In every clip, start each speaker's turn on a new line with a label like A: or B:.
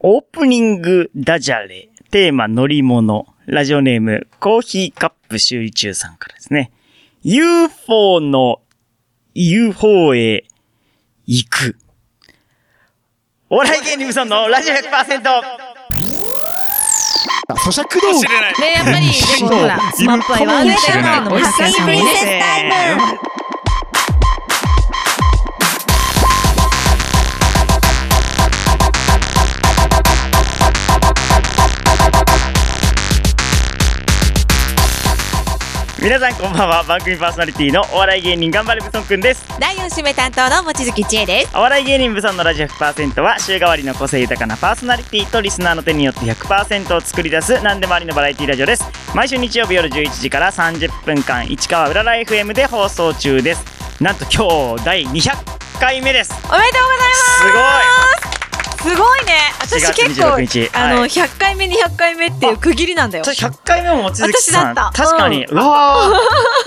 A: オープニングダジャレ、テーマ乗り物、ラジオネームコーヒーカップ修理中さんからですね。UFO の UFO へ行く。お笑い芸人無尊のラジオ 100%!
B: あ咀嚼道具
C: 知れない。
D: ね、やっぱり、でもほら、スマップはワンデータイムのも発散さんもね。
A: 皆さんこんばんは、番組パーソナリティのお笑い芸人頑張れブソンくんです。
D: 第4週目担当の望月千恵です。
A: お笑い芸人ブソンのラジオ100%は週替わりの個性豊かなパーソナリティとリスナーの手によって100%を作り出す何でもありのバラエティラジオです毎週日曜日夜11時から30分間市川うらら FM で放送中ですなんと今日第200回目ですす
D: おめでとうございますすごいね
A: 4
D: 私
A: 月
D: 結構、
A: 26日
D: あの
A: はい
D: 100回目200回目っていう区切りなんだよ
A: ごいちょ100回目も望月さん
D: 私だった
A: 確かに、うわ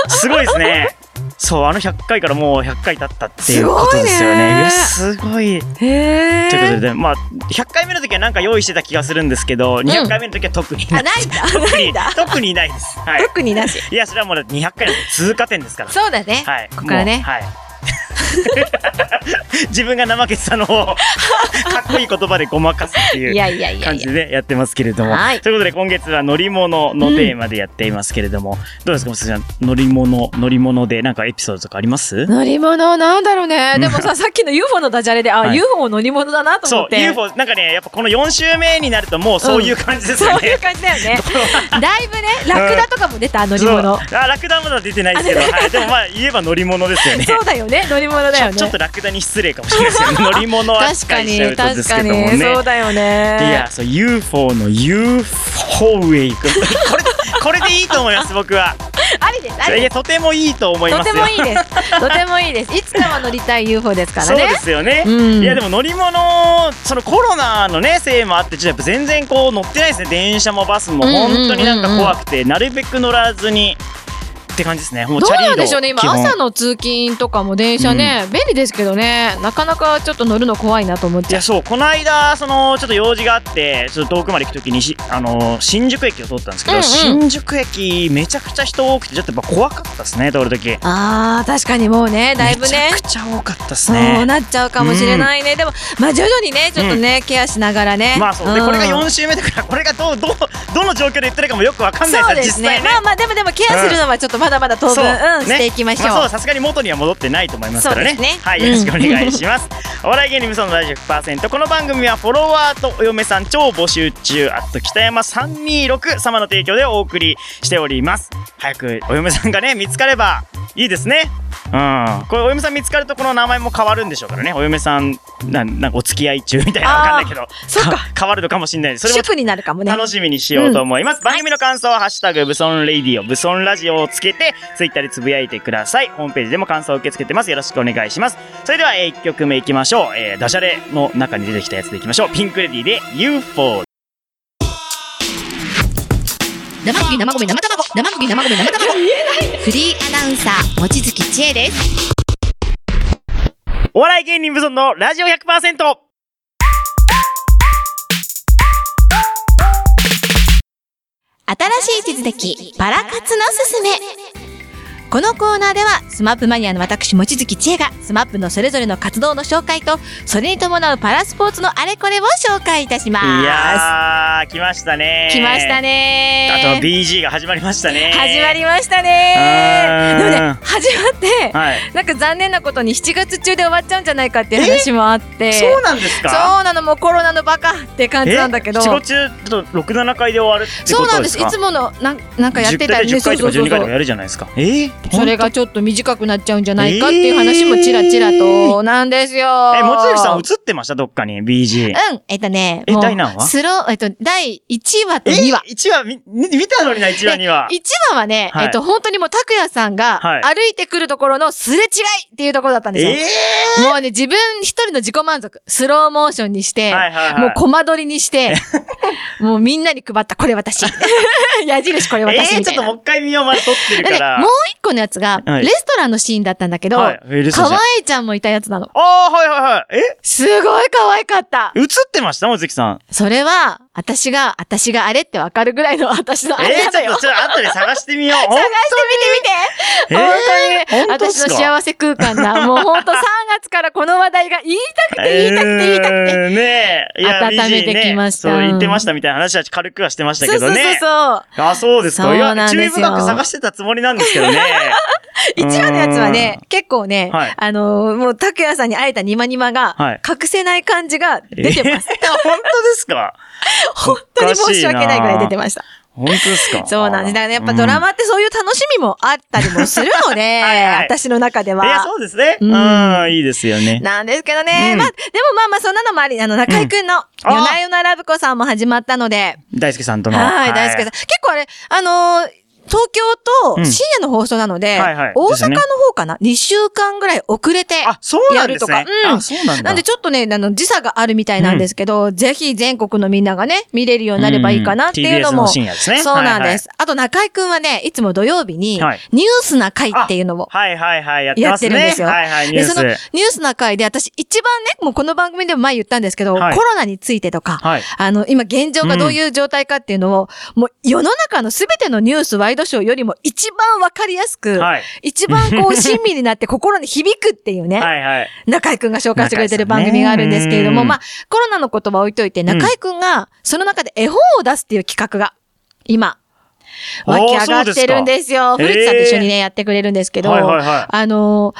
A: ーすごいですねそうあの100回からもう100回経ったっていうことですよねすごい,、すごい
D: へえ
A: ということでまあ100回目の時はなんか用意してた気がするんですけど200回目の時は特に
D: あ
A: な
D: ないんだ
A: 特
D: ない
A: に
D: んだ
A: 特にないです。 はい。
D: 特になし
A: いやそれはもうだって200回の通過点ですから。
D: そうだね、
A: はい。
D: ここから
A: もう
D: ね
A: はい。 自分が怠けてたのをか っこいい言葉でごまかすって
D: い
A: いう
D: やいやいや
A: 感
D: い
A: じ
D: や
A: でねやってますけれども。
D: はい
A: ということで今月は乗り物のテーマでやっていますけれども、どうですかもすさん乗り物乗り物でなんかエピソードとかあります？
D: 乗り物なんだろうねで もささっきの UFO のダジャレであ、
A: はい
D: UFO も乗り物だなと思
A: そ
D: っ
A: う
D: て
A: UFO なんかねやっぱこの4週目になるともうそういう感じですよ
D: そういう
A: ね。
D: 感じだよ ねだいぶねラクダとかも出た乗り物
A: そうあラクダはまだ出てないですけど、はい、でもまあ言えば乗り物ですよね。
D: そうだよね乗り物だよね
A: ちょちょっとラクダに失礼かもしれないです けど乗り物は
D: 確か
A: 扱いし
D: に
A: ちゃうとで
D: 確
A: すけど
D: かに、
A: もね
D: そうだよ
A: い
D: ね
A: やそう UFO の UFO へ行くこれこれでいいと思います僕は
D: ありですあり
A: い
D: で
A: や
D: す
A: とてもいいと思い
D: と
A: ます
D: て
A: よ
D: もいいですとてもいいですいつかは乗りたい UFO ですから
A: そう
D: ね
A: ですよね、
D: うん
A: いやでも乗り物そのコロナのねせいもあってちょっとやっぱ全然こう乗ってないですね電車もバスも
D: うんうんうんうん
A: 本当になんか怖くてなるべく乗らずにって感じですねもう
D: どう
A: チャリー
D: な
A: ド
D: んでしょうね今
A: 基本
D: 朝の通勤とかも電車ね、便利ですけどねなかなかちょっと乗るの怖いなと思っ
A: い
D: ちゃ
A: や
D: う
A: そうこの間そのちょっと用事があってちょっと遠くまで行くときにしあのー新宿駅を通ったんですけど、
D: うんうん
A: 新宿駅めちゃくちゃ人多くてちょっとやっぱ怖かったですね通るとき
D: あー確かにもうねだいぶね
A: めちゃくちゃ多かったです
D: そう
A: ね
D: なっちゃうかもしれないね、でもまあ徐々にねちょっとね、ケアしながらね
A: まあそうで
D: ん
A: これが4週目だからこれがどうどうどの状況で言ってるかもよくわかんない
D: そう
A: で
D: ですす
A: 実
D: ね
A: 際ね
D: まあまあでもでもケアするのはちょっとまだまだ当分、うんしていきましょう、
A: あそうさすがに元には戻ってないと思いますからね
D: そうですね
A: はいよろしくお願いし ます、お笑い芸人無双のラジオ100%この番組はフォロワーとお嫁さん超募集中あと北山326様の提供でお送りしております早くお嫁さんがね見つかればいいですねうん、これお嫁さん見つかるとこの名前も変わるんでしょうからねお嫁さんなんなんかお付き合い中みたいなわかんないけど
D: そうか
A: 変わるのかもしれないですそれも
D: 主婦になるかもね
A: 楽しみにしようと思います、番組の感想は「ハッシュタグブソンレディオ」ブソンラジオをつけてツイッターでつぶやいてくださいホームページでも感想を受け付けてますよろしくお願いしますそれでは、え1曲目いきましょう、えーダジャレの中に出てきたやつでいきましょうピンクレディーで UFO
E: 生麦生米生卵生麦生米生卵フリーアナウンサー望月千恵です
A: お笑い芸人ブソンのラジオ100%
D: 新しい地図的パラ活のすすめこのコーナーではスマップマニアの私望月千恵がスマップのそれぞれの活動の紹介とそれに伴うパラスポーツのあれこれを紹介いたしま
A: い
D: す
A: やー来ましたね
D: 来ました
A: あと
D: ね
A: BG が始まりましたね
D: 始まりました
A: う
D: ね
A: ん
D: でもね始まって
A: はい
D: なんか残念なことに7月中で終わっちゃうんじゃないかっていう話もあって
A: そうなんですか
D: そうなのもうコロナのバカって感じなんだけど
A: え仕事中ちょっと67回で終わるって
D: そ
A: こ
D: うなん
A: と
D: で
A: ですす
D: い
A: か
D: つものなんなんかやってたよね
A: 10回とか
D: そうそう
A: 12
D: そう
A: 回とかやるじゃないですか。えー
D: それがちょっと短くなっちゃうんじゃないかっていう話もちらちらとなんですよ。
A: え、もつさん
D: う
A: 映ってましたどっかに BG。
D: ん、えっとね、
A: え
D: もう
A: 第何話
D: スロー、えっと、第1話と
A: え
D: 2話。
A: 一話見、見見たのにな、一話には。
D: 1話はね、
A: はい
D: えっと、本当にもう、拓也さんが
A: はい
D: 歩いてくるところのすれ違いっていうところだったんですよ。
A: え
D: もうね、自分一人の自己満足、スローモーションに
A: え
D: して、
A: はいはいはい。
D: もうコマ撮りにして、 もうみんなに配った、こ れ私。矢印これ私
A: えー、
D: み
A: ち
D: た
A: ょっと
D: いな。
A: もう一回見ようまで撮ってる
D: で
A: か
D: ね
A: ら。
D: もう一個のやつが、
A: はい
D: レストランのシーンだったんだけど、
A: はい。えー
D: 可
A: あ
D: 愛いちゃんもいたやつなの。
A: あー、はいはいはい。
D: すごい可愛かった
A: え。映ってましたもずきさん。
D: それは、私が、私があれってわかるぐらいの私のあれ
A: えー、
D: な
A: ち
D: の
A: ょっ
D: よ。
A: と、ちょっと後で探してみよう。
D: 探して
A: え
D: みてみて、
A: ー
D: 本当
A: 本当っ
D: に
A: すか
D: 私の幸せ空間だ。もう本当3月からこの話題が言いたくて言いたくて言いたくて。
A: うーんねえ。いや
D: 温めてきました
A: 美人ねそう、言ってましたみたいな話は軽くはしてました
D: そう
A: け
D: そ
A: ど
D: う
A: ね。
D: そうそう。
A: あ、そうですか。い
D: そう
A: や、
D: なん
A: 注
D: で
A: 意
D: すよ
A: 深く探してたつもりなんですけどね。
D: 一話のやつはね
A: う、
D: 結構ね、
A: はい
D: あのーもう、拓也さんに会えたニマニマが、
A: はい
D: 隠せない感じが
A: ーん。
D: 出てます。
A: えー本当ですか
D: 本当に申し訳ないぐらい出てました。
A: 本当ですか
D: そうなんです。だからねやっぱドラ
A: うん
D: マってそういう楽しみもあったりもするので、
A: いはい
D: 私の中では。
A: いや、そうですね。
D: う
A: うんん、いいですよね。
D: なんですけどね。
A: うん
D: まあ、でもまあまあ、そんなのもあり、あの、中井くんの、夜な夜なラブ子さんも始まったので、
A: 大輔さんとの。
D: はい、大好きです。結構あれ、あのー東京
A: う
D: と
A: ん
D: 深夜の放送なので、
A: はいはい
D: 大
A: です
D: 阪
A: ね
D: の方かな ?2 週間ぐらい遅れて。
A: あ、そうなんです
D: や
A: ね
D: ると。かうん
A: あ、そうなんだ。
D: なんでちょっとね、あの、時差があるみたいなんですけど、ぜひ全国のみんながね、見れるようになればいいかなっていうの
A: ん TBS
D: も。
A: の深夜ですね。
D: そうなんです。あと中井くんはね、いつも土曜日に、ニ
A: はい
D: ュースな会っていうのを。
A: はいはい。はいはいはい。やってますね。
D: やってるんですよ
A: はいはい、ニュ
D: で、
A: ー
D: そのニュー
A: ス。
D: スな会で私一番ね、もうこの番組でも前言ったんですけど、
A: はい
D: コロナについてとか、
A: はい。
D: あの、今現状がどういう状態かっていうのを、もう世の中のすべてのニュース、ワイドショーよりも一番わかりやすく、
A: はい。
D: 一番こう親身になって心に響くっていうね、
A: はいはい。
D: 中井くんが紹介してくれてる番組があるんですけれど
A: 中井さんねう
D: も、
A: ん
D: まあ、コロナのことは置いといて、中井くんがその中で絵本を出すっていう企画が、今、
A: あー
D: 湧き上がってるんです
A: そ
D: よ。
A: うですか
D: 古木さんと一緒にね、やってくれるんですけど、
A: はいはいはい。
D: あの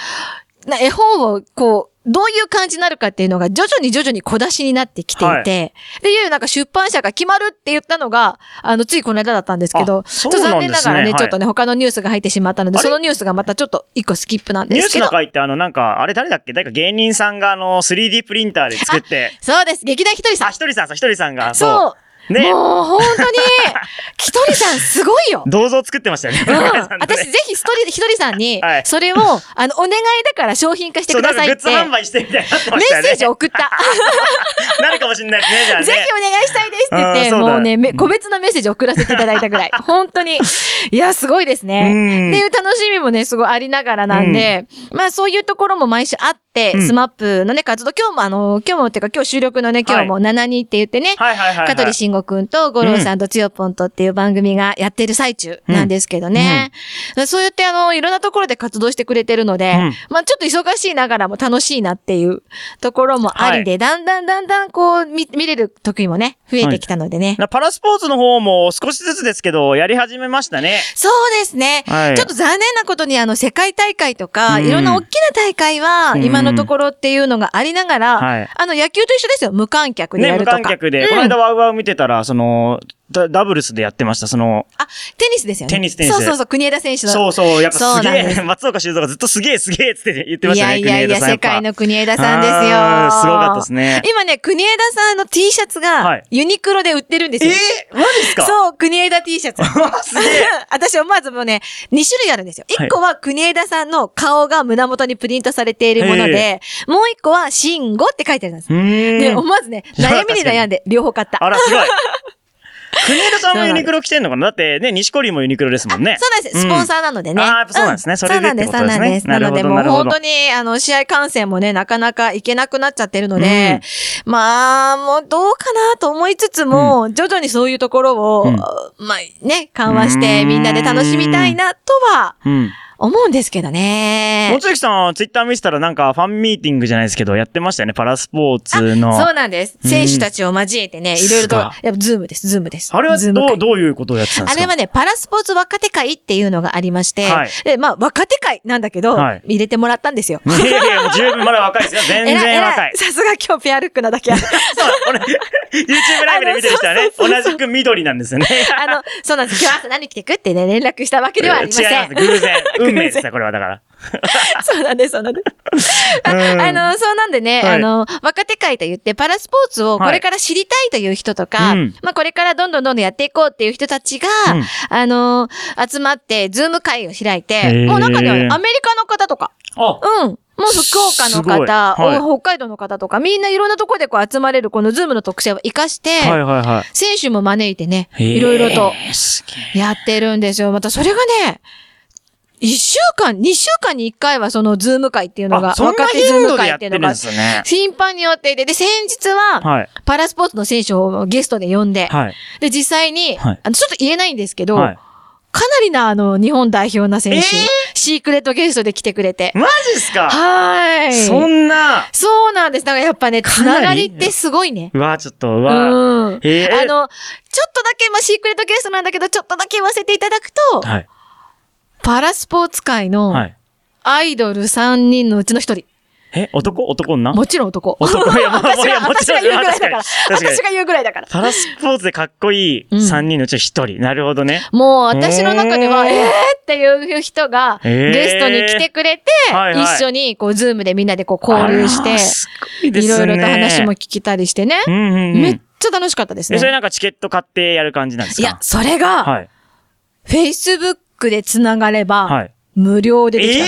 D: ーな絵本をこう、どういう感じになるかっていうのが徐々に徐々に小出しになってきていて、
A: はい
D: で、いよいよなんか出版社が決まるって言ったのが、あの、ついこの間だったんですけど、
A: あ
D: ち
A: そ
D: ょ
A: う
D: っと
A: な
D: 残
A: ん
D: 念
A: で
D: な
A: すね
D: がらね、
A: はい
D: ちょっとね、他のニュースが入ってしまったので、
A: あれ
D: そのニュースがまたちょっと一個スキップなん
A: ニ
D: で
A: ュー
D: す
A: ス
D: けど
A: の。回ってあのなんか、あれ誰だっけ誰か芸人さんがあの 3D プリンターで作って、
D: そうです。劇団ひとり
A: あ、
D: さん
A: ひ。とりさんさ、ひとりさんが、
D: そ
A: う。
D: う。
A: ね、
D: もう本 当に、ひとりさんすごいよ。
A: 銅像作ってましたよね。
D: うん
A: ひとりさんとね
D: 私、ぜひ、ひとり、ひとりさんに
A: は、い
D: それを、あの、お願いだから商品化して
A: そう
D: く
A: な
D: だ
A: んか
D: さい
A: グ
D: っ
A: ッズ
D: て、
A: 販
D: メ
A: 売してみたいになってましたよ
D: ッ
A: ね。
D: セージを送った。
A: なるかもしれないですね、じゃあね。
D: ぜひお願いしたいですって言っ
A: あー
D: て、
A: そうだ
D: もうね、め
A: うん
D: 個別のメッセージ送らせていただいたぐらい。 本当に。いや、すごいですね。っていう楽しみもね、すごいありながらなんで、まあそういうところも毎週あって、
A: うん
D: スマップのね、活動、今日もあの、今日もっていうか今日収録のね、今日も7人って言ってね、
A: うん。はいはいはい、はい。
D: 香取慎吾くんと五郎さんとつよぽんとっていう番組がやってる最中なんですけどね。そうやってあの、いろんなところで活動してくれてるので、
A: うん
D: まあちょっと忙しいながらも楽しいなっていうところもありで、だんだんだんだんこう見、見れる時もね、増えてきたのでね。
A: なパラスポーツの方も少しずつですけど、やり始めましたね。
D: そうですね。
A: はい。
D: ちょっと残念なことにあの世界大会とか、
A: うん
D: いろんな大きな大会は
A: うん
D: 今のところっていうのがありながら、
A: はい
D: あの野球と一緒ですよ。無観客で
A: ね、
D: や
A: 無
D: るとか。
A: 観客で、
D: うん
A: この間ワウワウ見てたら、その、ダダブルスでやってました、その、
D: あ、テニスですよね。
A: テニステニス
D: そうそうそう、国枝選手の
A: そうそう、やっぱす
D: そうなんで
A: げえ、 松岡修造がずっとすげえすげえっつって言ってましたね、
D: いやいやいや、
A: 国枝さん
D: 世
A: っぱ
D: 界の国枝さんですよ
A: あ。ーすごかったですね
D: 今ね、国枝さんの T シャツ
A: は
D: が
A: い
D: ユニクロで売ってるんですよ。
A: えー、マジっすか
D: そう、国枝 T シ ャツ。
A: すげえ
D: 私思わずもうね、2種類あるんですよ。
A: はい
D: 1個は国枝さんの顔が胸元にプリントされているもので、もう1個は慎吾って書いてあるんです
A: う。
D: で、
A: ーん
D: 思わず ね、悩みに悩んで両方買った。
A: あら、 すごい。国枝さん
D: そう
A: も
D: なんです
A: ユニクロ着てんのかなだってね、西堀もユニクロですもんね。
D: そうなんです。スポンサーなのでね。
A: あーやっぱそうなんですねそれで
D: そうなんです、
A: ってこと
D: そう
A: で
D: な
A: すね
D: んです。
A: な
D: な
A: る
D: の
A: ほ
D: で、
A: ど
D: もう
A: なるほど
D: 本当に、あの、試合観戦もね、なかなか行けなくなっちゃってるので、まあ、もうどうかなと思いつつも、徐々にそういうところを、
A: うん
D: まあ、ね、緩和して、
A: うん
D: みんなで楽しみたいなとは、
A: うん。うん。
D: 思うんですけどね
A: 望。月さん、ツイッター見てたらなんかファンミーティングじゃないですけど、やってましたよね、パラスポーツの。
D: そうなんです。
A: うん
D: 選手たちを交えてね、いろい
A: す
D: ろと、
A: ごい
D: やっぱズームです、ズームです。
A: あれは
D: ズーム
A: ど
D: 会
A: う、どういうことをやってたんで
D: あ
A: すか
D: れはね、パラスポーツ若手会っていうのがありまして、
A: はい
D: で、まあ、若手会なんだけど、
A: はい
D: 入れてもらったんですよ。
A: いやいや、もう十分まだ若いですよ。全
D: えらいえ
A: 然
D: ら
A: 若
D: い
A: い。
D: さすが今日ペアルックなだ けある。
A: そう、俺、YouTube ライブで見てる人は
D: あの
A: ね、
D: そうそうそう
A: 同じく緑なんですよね。
D: あの、そうなんです。今日朝何着てくってね、連絡したわけではありません。
A: 違います。偶然。運命で
D: 偶
A: すね、これはだから。
D: そうなんです、そうなんです。あ
A: うん
D: あの、そうなんでね、
A: はい
D: あの、若手会と言って、パラスポーツをこれから知りたいという人とか、
A: はいうん
D: まあこれからどんどんどんどんやっていこうっていう人たちが、
A: うん
D: あの、集まって、ズーム会を開いて、
A: ー
D: もう中にはねアメリカの方とか、
A: あ、
D: うん。もう福岡の
A: すごい
D: 方、
A: はい
D: お北海道の方とか、みんないろんなとこでこう集まれるこのズームの特性を活かして、
A: はいはいは
D: 選手も招いてね、
A: い。
D: いろいろと
A: へー。すげえ
D: やってるんですよ。またそれがね、一週間、二週間に一回はそのズーム会っていうのが
A: あ、、そんな
D: 若手ズ
A: 頻
D: ー
A: 度
D: ム
A: で
D: 会
A: や
D: っ
A: って
D: い
A: てる
D: うの
A: ん
D: が
A: で、すね。
D: 頻繁にやっていて、で、先日は、
A: はい。
D: パラスポーツの選手をゲストで呼んで、
A: はい。
D: で、実際に、
A: はい
D: あの、ちょっと言えないんですけど、
A: はい。
D: かなりな、あの、日本代表な選手、
A: えー
D: シークレットゲストで来てくれて、
A: マジっすか
D: はーい。
A: そんな。
D: そうなんです。だからやっぱね、つ
A: かなり
D: ながりってすごいね。
A: うわ、ちょっと、う
D: う
A: わ。
D: ん。
A: え
D: あ
A: ー
D: の、ちょっとだけ、まあ、シークレットゲストなんだけど、ちょっとだけ言わせていただくと、
A: はい。
D: パラスポーツ界
A: は
D: の
A: い。
D: アイドル3人のうちの一人。
A: え、男男女
D: もちろん男。
A: 男 いやまあ
D: 私
A: いや
D: が、
A: もち
D: 私
A: ろん
D: が言うぐらいだから。
A: 確かに確かに
D: 私が言うぐらいだから。
A: パラスポーツでかっこいい
D: うん
A: 3人のうち1人。なるほどね。
D: もう私の中では、
A: うーん
D: えーっていう人が
A: えー
D: ゲストに来てくれて、
A: はいはい
D: 一緒にこう、ズームでみんなでこう交流し
A: あら
D: て、
A: すごいで
D: い
A: すね。
D: ろいろと話も聞きたりしてね。
A: うんうんうん。
D: めっちゃ楽しかったです
A: え、それ
D: ね。
A: なんかチケット買ってやる感じなんです
D: い
A: か
D: や、それが、
A: はい。
D: Facebook でつながれば、
A: はい。
D: 無料ででき
A: え
D: た
A: え
D: の。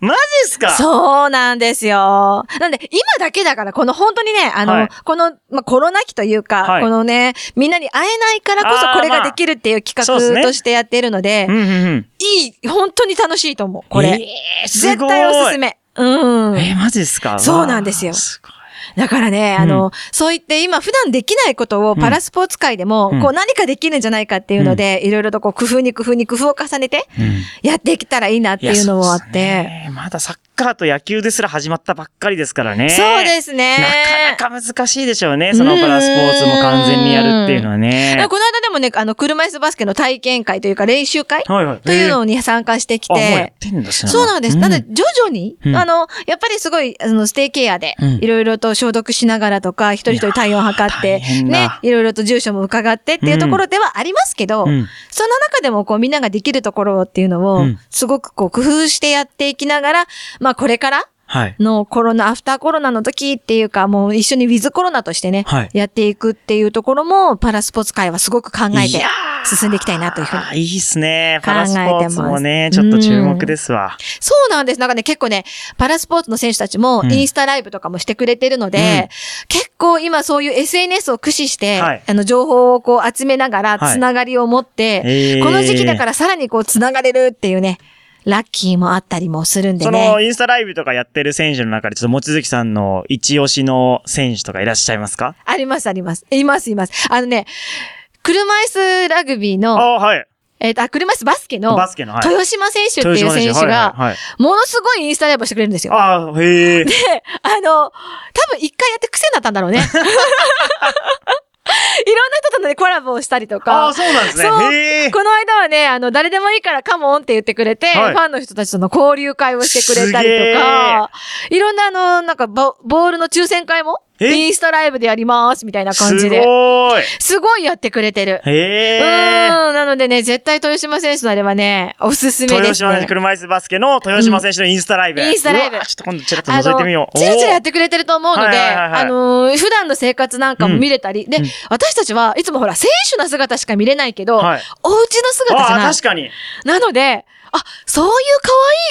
A: マジっすか
D: そうなんですよ。なんで、今だけだから、この本当にね、あの、
A: はい
D: この、まあ、コロナ期というか、
A: はい
D: このね、みんなに会えないからこそ
A: あー
D: これが
A: まあ
D: できるっていう企
A: そうです
D: 画
A: ね
D: としてやっているので、
A: うんうんうん。
D: いい、本当に楽しいと思う、これ。
A: えー、すごい
D: 絶対おすすめ。うん。
A: えー、マジっすか
D: そうなんですよ
A: わあすごい
D: だからね、あ
A: う
D: の、そう言って今普段できないことをパラスポーツ界でも、
A: うん
D: こう何かできるんじゃないかっていうので、いろいろとこう工夫に工夫に工夫を重ねて
A: うん
D: やっていけたらいいなっていうのもあ
A: や
D: っ
A: そう
D: て。
A: ですねまだサッカーと野球ですら始まったばっかりですからね。
D: そうですね。
A: なかなか難しいでしょうね。そのパラスポーツも完全にやるっていうのは
D: だから
A: ね。
D: この間でもね、あの、車椅子バスケの体験会というか練習会
A: はいはい。
D: という
A: を
D: のに参加してき、
A: あ、もうやっててんですね。
D: そうなんです。
A: う
D: ただ、徐々に、
A: うん
D: あの、やっぱりすごい、あの、ステイケアで
A: うん、
D: いろいろと消毒しながらとか、一人一人体温を測っ
A: いや
D: て
A: ー大、変
D: ね
A: だ、
D: いろいろと住所も伺ってっていうところではありますけど、
A: うん
D: その中でもこうみんなができるところっていうの
A: う
D: を
A: ん、
D: すごくこう工夫してやっていきながら、まあこれから
A: はい。
D: のコロナ、アフターコロナの時っていうか、もう一緒にウィズコロナとしてね、
A: はい
D: やっていくっていうところも、パラスポーツ界はすごく考え
A: い
D: て
A: や
D: 進んでいきたいなというふうに
A: あ。ーいいっすね。パラスポ
D: 考
A: ー
D: えて
A: ツ
D: ます
A: もね、ちょっと注目ですわ。
D: そうなんです。なんかね、結構ね、パラスポーツの選手たちも、
A: うん
D: インスタライブとかもしてくれてるので、結構今そういう SNS を駆使して、
A: はい
D: あの、情報をこう集めながら、
A: はい
D: つながりを持って、
A: えー
D: この時期だからさらにこう、つながれるっていうね、ラッキーもあったりもするんで
A: その、
D: ね。
A: インスタライブとかやってる選手の中で、ちょっと、望月さんの一押しの選手とかいらっしゃいますか
D: あります、あります。います、います。あのね、車椅子ラグビー
A: あ
D: の、
A: あー、はい。
D: えっ、と、あ、車椅子バスケの、
A: バスケの、はい。
D: 豊島選手っていう選手
A: 豊島はい
D: が、
A: はいはい
D: ものすごいインスタライブをしてくれるんですよ。
A: ああ、へえ。
D: で、あの、多分一回やって癖になったんだ ろうね。い ろんな人とね、コラボをしたりと
A: ああ、
D: か。
A: そうなんですね。
D: そう
A: へえ。
D: この間はね、あの、誰でもいいからカモンって言ってくれて、
A: はい
D: ファンの人たちとの交流会をしてくれたりとか、いろんなあの、なんかボ、ボールの抽選会も、
A: え
D: インスタライブでやります、みたいな感じ
A: す
D: で。
A: ごい。
D: すごいやってくれてる。
A: へ
D: うん、
A: え。
D: なのでね、絶対豊島選手のあれはね、おすすめ
A: 豊
D: です
A: 島選
D: ね
A: 手。車椅子バスケの豊島選手のインスタライブ。
D: うんインスタライブ
A: うわちょっと今度ちらっと
D: あの、
A: 覗いてみよう。
D: チラチラやっ
A: って
D: くれてると思うので、
A: はいはいはいはい
D: あのー普段の生活なんかも見れたり、で、
A: うん
D: 私たちはいつもほら、選手の姿しか見れないけど、
A: はい
D: お家の姿じゃ
A: あ
D: な
A: あ、
D: い
A: 確。かに。
D: なので、あ、そういう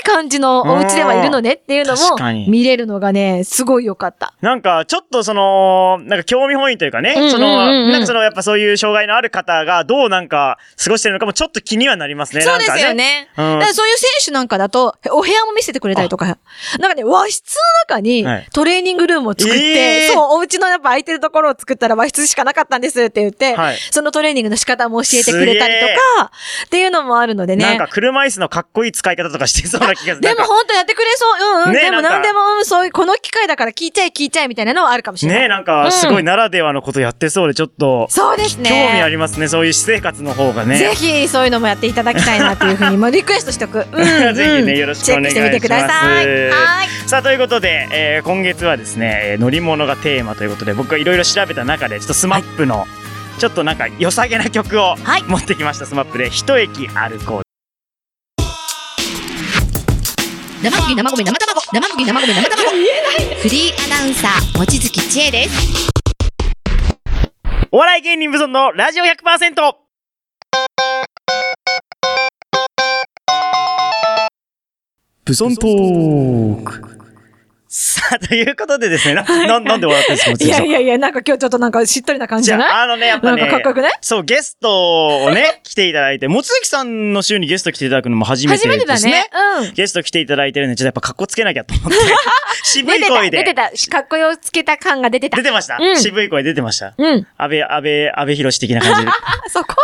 D: 可愛い感じのお家ではいるのねっていうの
A: 確かに
D: も見れるのがね、すごい良かった。
A: なんか、ちょっとその、なんか興味本位というかね、
D: うんうんうんうん
A: その、なんかその、やっぱそういう障害のある方がどうなんか過ごしてるのかもちょっと気にはなりますね。
D: そうですよ
A: なんかね。
D: ね。
A: うん
D: だからそういう選手なんかだと、お部屋も見せてくれたりとか、なんかね、和室の中に
A: はい
D: トレーニングルームを作って、
A: えー
D: そう、お家のやっぱ空いてるところを作ったら和室しかなかったんですって言って、
A: はい
D: そのトレーニングの仕方も教えてくれたりとか、っていうのもあるので
A: なん
D: ね。
A: か車椅子のかっこいい使い方とかしてそうな気がする。
D: でも本当やってくれそう。うんうん。
A: ねえ
D: でも
A: な
D: 何
A: んか
D: でも、うん、そういう、この機会だから聞いちゃえ聞いちゃえみたいなのはあるかもしれない。
A: ねなんかすごいならではのことやってそうで、ちょっと、
D: そうですね。
A: 興味ありますね。そういう私生活の方がね。
D: ぜひそういうのもやっていただきたいなというふうに、まあリクエストしとく。うんうん
A: ぜひねよろしくお願いします
D: チェックしてみてください。はい。
A: さあということで、えー今月はですね、えー乗り物がテーマということで僕がいろいろ調べた中でちょっとスマップの、ちょっとなんか良さげな曲を
D: はい
A: 持ってきました、スマップで一駅歩こう
E: 生麦生米生卵生麦生米生卵フリーアナウンサー望月千恵です
A: お笑い芸人無存のラジオ 100%! ブソントークさあ、ということでですね、なななんで笑ったんですか松
B: い
A: 井さ
B: や
A: ん
B: いやいや、なんか今日ちょっとなんかしっとりな感じじ
A: じ
B: ゃ
A: ゃ
B: ない
A: あ、あのね、やっぱ
B: なんかかっこよく
A: ね、
B: ね
A: そう、ゲストをね、 来ていただいて、望月さんの週にゲスト来ていただくのも初め
B: 初
A: て
B: めて
A: で
B: だ
A: すね。
B: ね。うん。
A: ゲスト来ていただいてるんで、ちょっとやっぱ格好つけなきゃと 思って。渋
B: 出
A: い
B: てた、
A: 声で。
B: 出てた。かっこよつけた感が出てた
A: 出。てました、
B: うん
A: 渋い声出てました。
B: うん。
A: 安倍、安倍、安倍博士的な感 じで。
B: あ、そこ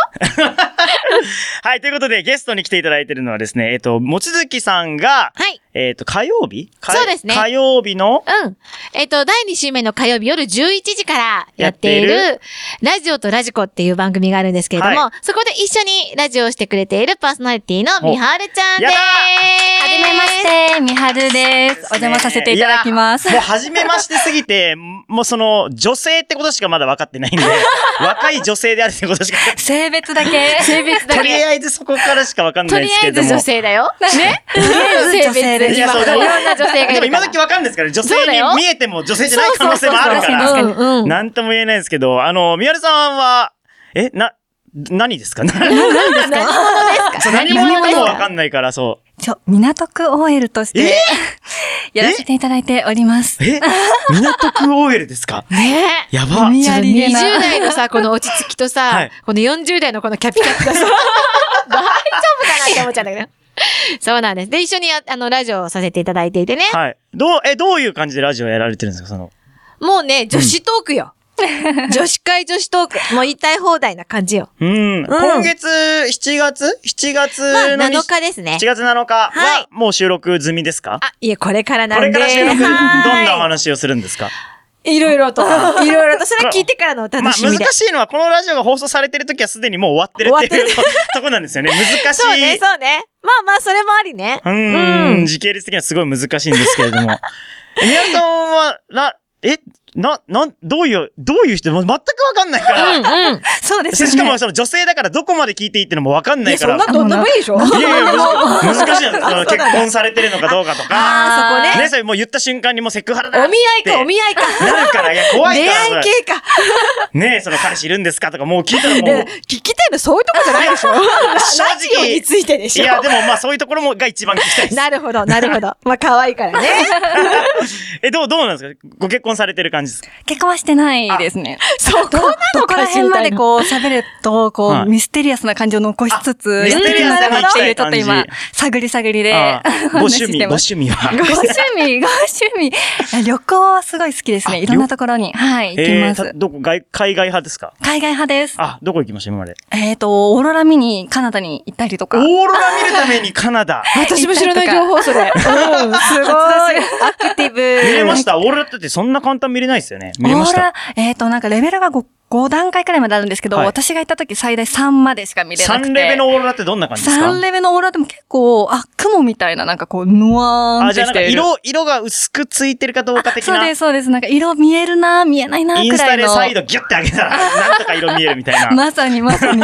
A: はい、ということで、ゲストに来ていただいてるのはですね、えっと、望月さんが、
D: はい。
A: えっと、火曜日火
D: そうですね
A: 火曜日の、
D: うん。えっ、と、第2週目の火曜日夜11時からやって
A: やっ
D: い
A: て
D: る、ラジオとラジコっていう番組があるんですけれども、
A: は
D: そこで一緒にラジオをしてくれているパーソナリティのみはるちゃんで
A: おや
D: す。
A: っ
C: はじめまして、みはるです。お邪魔させていただきます。
A: い
C: い
A: やもう初めましてすぎて、 もうその、女性ってことしかまだ分かってないんで、若い女性であるってことしか、
C: や性別だけ。
D: 性別だ
A: とり
D: け。
A: あえずそこからしか分かん
D: と
A: ない
D: り
A: です
D: あ
A: け
D: え
A: ど
D: ず
A: も。
D: 女性だよ。ねとりあえず性別で。
A: いやそう
D: い
A: で
D: ろん
A: も
D: な女性がい
A: でも
D: るか
A: 今
D: ら。
A: 時分かんないですから、女
D: そうだ
A: 性に
D: よ
A: 見えても女性じゃない可能性もあるから。
C: 今時
D: うんうん。
A: なんとも言えないですけど、あの、みやるさんは、え、な、何ですか何
D: 何者ですか
A: そう何者か
D: です
A: もわかんないから、そ
C: ちょ、港区 OL とし
A: え
C: て、やらせていただいております
A: う。。え港区 OL ですか
D: ねえ。
A: やば。
C: 意味ありげ
D: 20
C: な
D: 代のさ、この落ち着きとさ、
A: はい
D: この40代のこのキャピキャ ピがさ、大丈夫かなって思っちゃうんだけど。そうなんです。で、一緒にやあの、ラジオをさせていただいていてね。
A: はい。どう、え、どういう感じでラジオやられてるんですかその。
D: もうね、女子トークよ。女子会女子トーク。もう言いたい放題な感じよ。
A: うん。今月、7月 ?7 月
D: まあ、
A: の日
D: 7日ですね
A: 7。月7日
D: はい
A: は、もう収録済みですか
D: あ、いえ、これからな
A: こ
D: ん
A: れ
D: で。
A: から収録、どん
D: はい
A: なお話をするんですか
B: いろい ろと。
D: いろいろと、それは聞いてからの
A: ま
D: お
A: あ
D: 楽し
A: 難
D: みで。
A: しいのは、このラジオが放送されてる時はすでにもう終わってるっていうととこなんですよね。難し
D: そうね、
A: い。
D: そうね。まあまあ、それもありね。
A: うーん、時系列的にはすごい難しいんですけれども。 宮田さんは、な、え、な、なん、どういう、どういう人、もう全くわかんないから。
D: うん。
C: そうですよね。
A: しかも、その女性だからどこまで聞いていいってのもわかんないい
B: や、
A: か
B: そ
A: ら。
B: んなどんでもいいでしょ
A: いやいや、難しい難しいのそ の結婚されてるのかどうかとか。
D: あー、そこね。
A: ね、それもう言った瞬間にもうセクハラだ
B: お見合い
A: って
B: か、お見合いか。
A: なるから、いや、怖
B: 出
A: いから。それ
B: 会い系か。
A: ねその彼氏いるんですかとか、もう聞いたらも
B: で
A: う。、
B: 聞きたいのそういうとこじゃないでしょ
A: 正
B: ラジオ
A: 直
B: についてで
A: い
B: しょ
A: や、でもまあそういうところもが一番聞きたいです。
B: なるほど、なるほど。まあ、可愛い からね。
A: え、どう、どうなんですかご結婚されてる感じですか
C: 結婚はしてないですね。
B: そこな
C: ど
B: の
C: こ
B: から知
C: 辺
B: り
C: ま
B: たい
C: で
B: の
C: こう喋ると、こう、
A: はい
C: ミステリアスな感じを残しつつ、
A: あミステリアスな
C: やっていきたいなと
A: 感
C: 思っ
A: じ
C: て、ちょっと今、探り探りで、
A: あ ーご趣
C: お話しし
A: 味、
C: て
A: ご
C: ます
A: 趣味は。
C: ご趣味、ご趣味。旅行はすごい好きです
A: あ
C: ね。いろんなところに、はい、行き
A: え
C: ま
A: ー
C: す
A: た。どこ、外、海外派ですか
C: 海外派です。
A: あ、どこ行きました今まで。
C: えっ、と、オーロラ見にカナダに行ったりと
A: オ
C: か。
A: ーロラ見るためにカナダ。
B: 私も知らない情報、それ。うん、すごい。アクティ
A: 見れ
B: ブ。
A: ました。オーロラだってそんな簡単見れないですよね。
C: オ
A: 見れま
C: ー
A: し
C: ロ
A: た。
C: ラ、えっ、と、なんかレベルが 5, 5段階くらいまであるんですけど、
A: はい
C: 私が行った時最大3までしか見れなく
A: 3
C: て。
A: レベルのオーロラってどんな感じですか
C: 3レベルのオーロラでも結構、あ、雲みたいな、なんかこう、ぬわ
A: あ、
C: ーんって
A: じゃあ
C: し
A: なんか
C: ている。
A: 色、色が薄くついてるかどうか的
C: そう
A: な
C: で。す、そうです。なんか色見えるな、見えないな、くらい
A: イ
C: の。
A: ンスタで再度ギュッて上げたら、なんとか色見えるみたいな。
C: まさにまさに。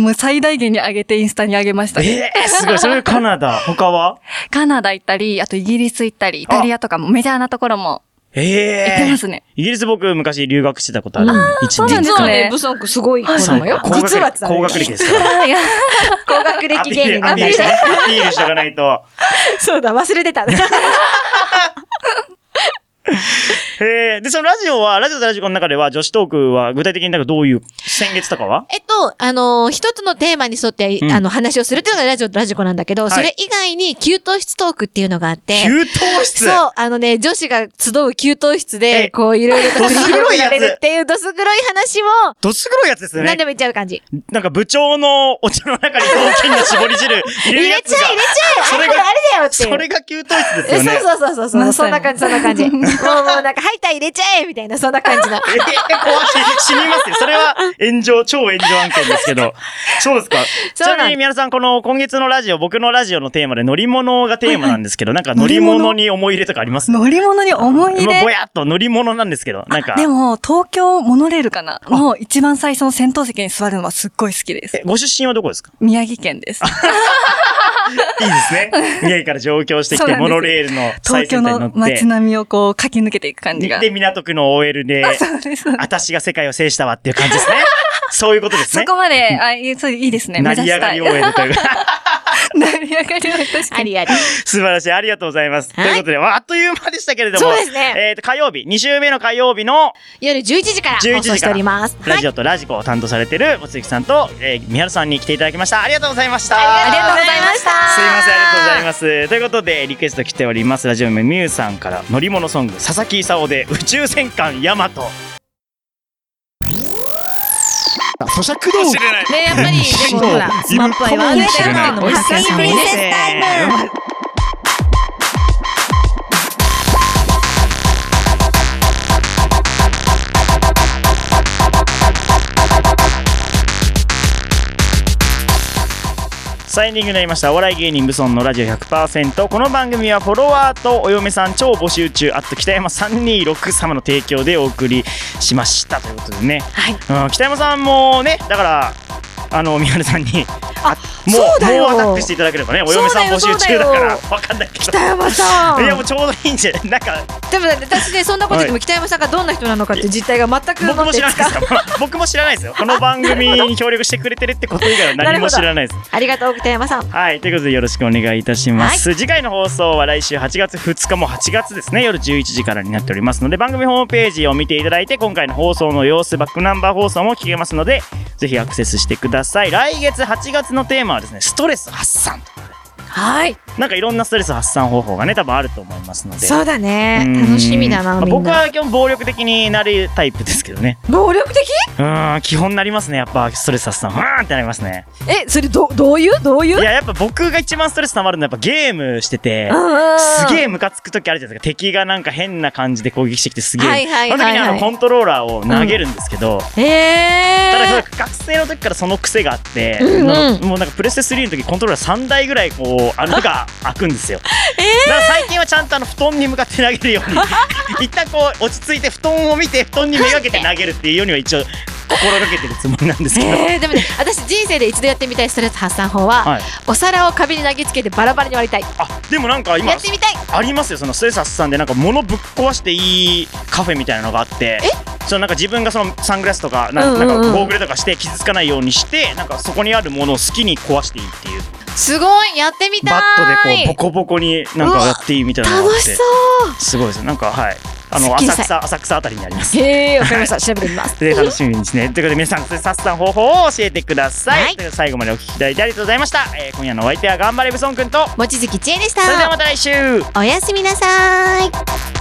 C: もう最大限に上げてインスタに上げましたね。
A: えー、すごい。それがカナ ダ。他は
C: カナダ行ったり、あとイギリス行ったり、イタリアとかもメジャーなところも
A: え
C: 行
A: え。
C: ってますね。
A: イギリス僕昔留学してたことある。一
C: そうなんです
B: 実は
A: 間
C: ね
B: ね、ブソンクすごい子
A: そ
B: な
A: う
B: のよ。
A: 高学
B: 実は
A: 歴
B: って
A: 高学歴ですから。
C: いや
B: 高学歴芸人な
A: ア
B: ん
A: ピ
B: だ
A: ール
B: よ
A: してね。アピールしておかないと。
B: そうだ、忘れてた。
A: へえ。で、そのラジオは、ラジオとラジコの中では、女子トークは具体的になんかどういう、先月とかは
D: えっと、あのー一つのテーマに沿って、
A: うん
D: あの、話をするっていうのがラジオとラジコなんだけど、
A: はい
D: それ以外に給湯室トークっていうのがあって、
A: 給湯室
D: そう、あのね、女子が集う給湯室
A: え
D: で、こう、いろいろと
A: どす黒いやつ
D: られるっていう、どす黒い話も、
A: どす黒いやつですよね
D: 何。でも言っちゃう感じ。
A: なんか部長のお茶の中に雑巾の絞り汁入れ
D: 入
A: るや
D: れ
A: つ
D: ちゃ
A: が
D: え、入れちゃ
A: そ
D: え、あ
A: れ
D: れ
A: が
D: これあれだよっていう。
A: それが給湯室です
D: え
A: よね。
D: そうそうそうそうそう、
C: ま
D: そ
C: さ
D: ん
C: に
D: な感じ、そんな感 じ。もうもうなんか、入った入れちゃえみたいな、そんな感じの。
A: えー、怖い。死にますよ。それは炎上、超炎上案件ですけど。そうですか。ち
D: そうなん
A: なみに皆さん、この今月のラジオ、僕のラジオのテーマで乗り物がテーマなんですけど、なんか乗り物に思い入れとかあります
C: 乗り物に思い入
A: もうぼ
C: れ。
A: やっと乗り物なんですけど、なんか。
C: でも、東京モノレールかなの一番最初の先頭席に座るのはすっごい好きです
A: え。ご出身はどこですか
C: 宮城県です。
A: いいですね。宮城から上京してき
B: そう
A: て、
B: なんです
A: モノレールの最
B: 東京
A: 先端に乗
B: の
A: って。
B: 街並みをこう駆け抜けていく感じが。
A: で、港区の OL で、
B: そうです。そうです
A: 私が世界を制したわっていう感じですね。そういうことです
B: そ
A: ね。
B: こまで、あ、いいそういいですね。目指
A: 成り
B: し
A: 上が
B: たい。
A: り
B: 成
A: OL というか。
B: り上がりを確か
D: あ
B: に。
D: りあり。
A: 素晴らしい。ありがとうございます。
D: はい
A: ということで、わあっという間でしたけれども。
D: そうですね
A: えっ、と、火曜日、2週目の火曜日の
D: 夜11時から
A: 11
D: 放送
A: 時か
D: して
A: ら
D: おります。
A: ラジオとラジコを担当されてる、もつゆきさんと、えー、みはるさんに来ていただきました。ありがとうございました。
D: ありがとうございました。
A: すいません、ありがとうございます。ということで、リクエスト来ております。ラジオネームみゆさんから、乗り物ソング、佐々木勲で、宇宙戦艦ヤマト。
F: 咀嚼道具
A: ない。
D: ね、やっぱり、でも、ほら、スマップは言わない
F: 知らない
D: のもたくさん
A: いいですねさあエンディングになりましたお笑い芸人ブソンのラジオ100%この番組はフォロワーとお嫁さん超募集中あと北山326様の提供でお送りしましたということでね、うん、北山さんもねだからあの宮根さんにあもう
B: そうだよ
A: もうアタックしていただければねお嫁さん募集中だからわかんないけど
B: 北山さん。
A: いやもうちょうどいいんじゃないなんか
B: でもだって私ねそんなこと言っても北山さんがどんな人なのかっていう実態が全く
A: 僕
B: 持
A: も
B: っ
A: 知
B: て
A: らない
B: つ
A: で
B: か
A: すよ僕も知らないですよこの番組に協力してくれてるってこと以外は何も知らないです
B: ありがとう北山さん
A: はい、ということでよろしくお願いいたします。次回の放送は来週8月2日も8月ですね、夜11時からになっておりますので、番組ホームページを見ていただいて、今回の放送の様子、バックナンバー放送も聞けますので、ぜひアクセスしてください。来月8月のテーマはですね、ストレス発散。
B: はい
A: なんかいろんなストレス発散方法がね、多分あると思いますので。
B: そうだね
A: うん
B: 楽しみだな
A: まあ
B: みん
A: 僕
B: な
A: は基本暴力的になるタイプですけどね。
B: 暴力的
A: うん、基本なりますね。やっぱストレス発散。うーんってなりますね。
B: えそれどどういうどういう
A: いや、やっぱ僕が一番ストレス溜まるのはやっぱゲームしてて。すげ
B: え
A: えムカつく時あるじゃないですか敵がなんか変な感じで攻撃してきてすげえ、
D: はいはいはいはい
A: その時にあのコントローラーを投げるんですけど、
B: え
A: ただ
B: ー
A: 学生の時からその癖があって、
D: ん
A: もうもうなんかプレステ3の時コントローラー3台ぐらいこう穴が開くんです よ、だから最近はちゃんとあの布団に向かって投げるように一旦こう落ち着いて布団を見て布団にめがけて投げるっていうようには一応心がけてるつもりなんですけど、
D: えー、でもね、私人生で一度やってみたいストレス発散法は、
A: はい、
D: お皿を壁に投げつけてバラバラに割りたい。
A: あでもなんか今
D: やってみたい。
A: ありますよそのストレス発散でなんか物ぶっ壊していいカフェみたいなのがあってそのなんか自分がそのサングラスとかな,、
B: うんうんうん
A: なんかゴーグルとかして傷つかないようにしてなんかそこにあるものを好きに壊していいっていう
D: すごい、やってみたい。
A: バットでこうボコボコになんかやっていいみたいなのがあ
D: 楽
A: っ
D: してそう。
A: すごいですなんかはいあの
B: すっきりした
A: 浅
B: い
A: 草浅草あたりにあります
B: へえわかりました調べてみます
A: で楽しみにですねということで皆さんストレス発散方法を教えてください、
D: はい
A: ということで最後までお聞きいただいてありがとうございました、えー今夜のお相手は頑張れブソンくんと
D: 望月千恵でし
A: それでは
D: た。
A: また来週
D: おやすみなさーい。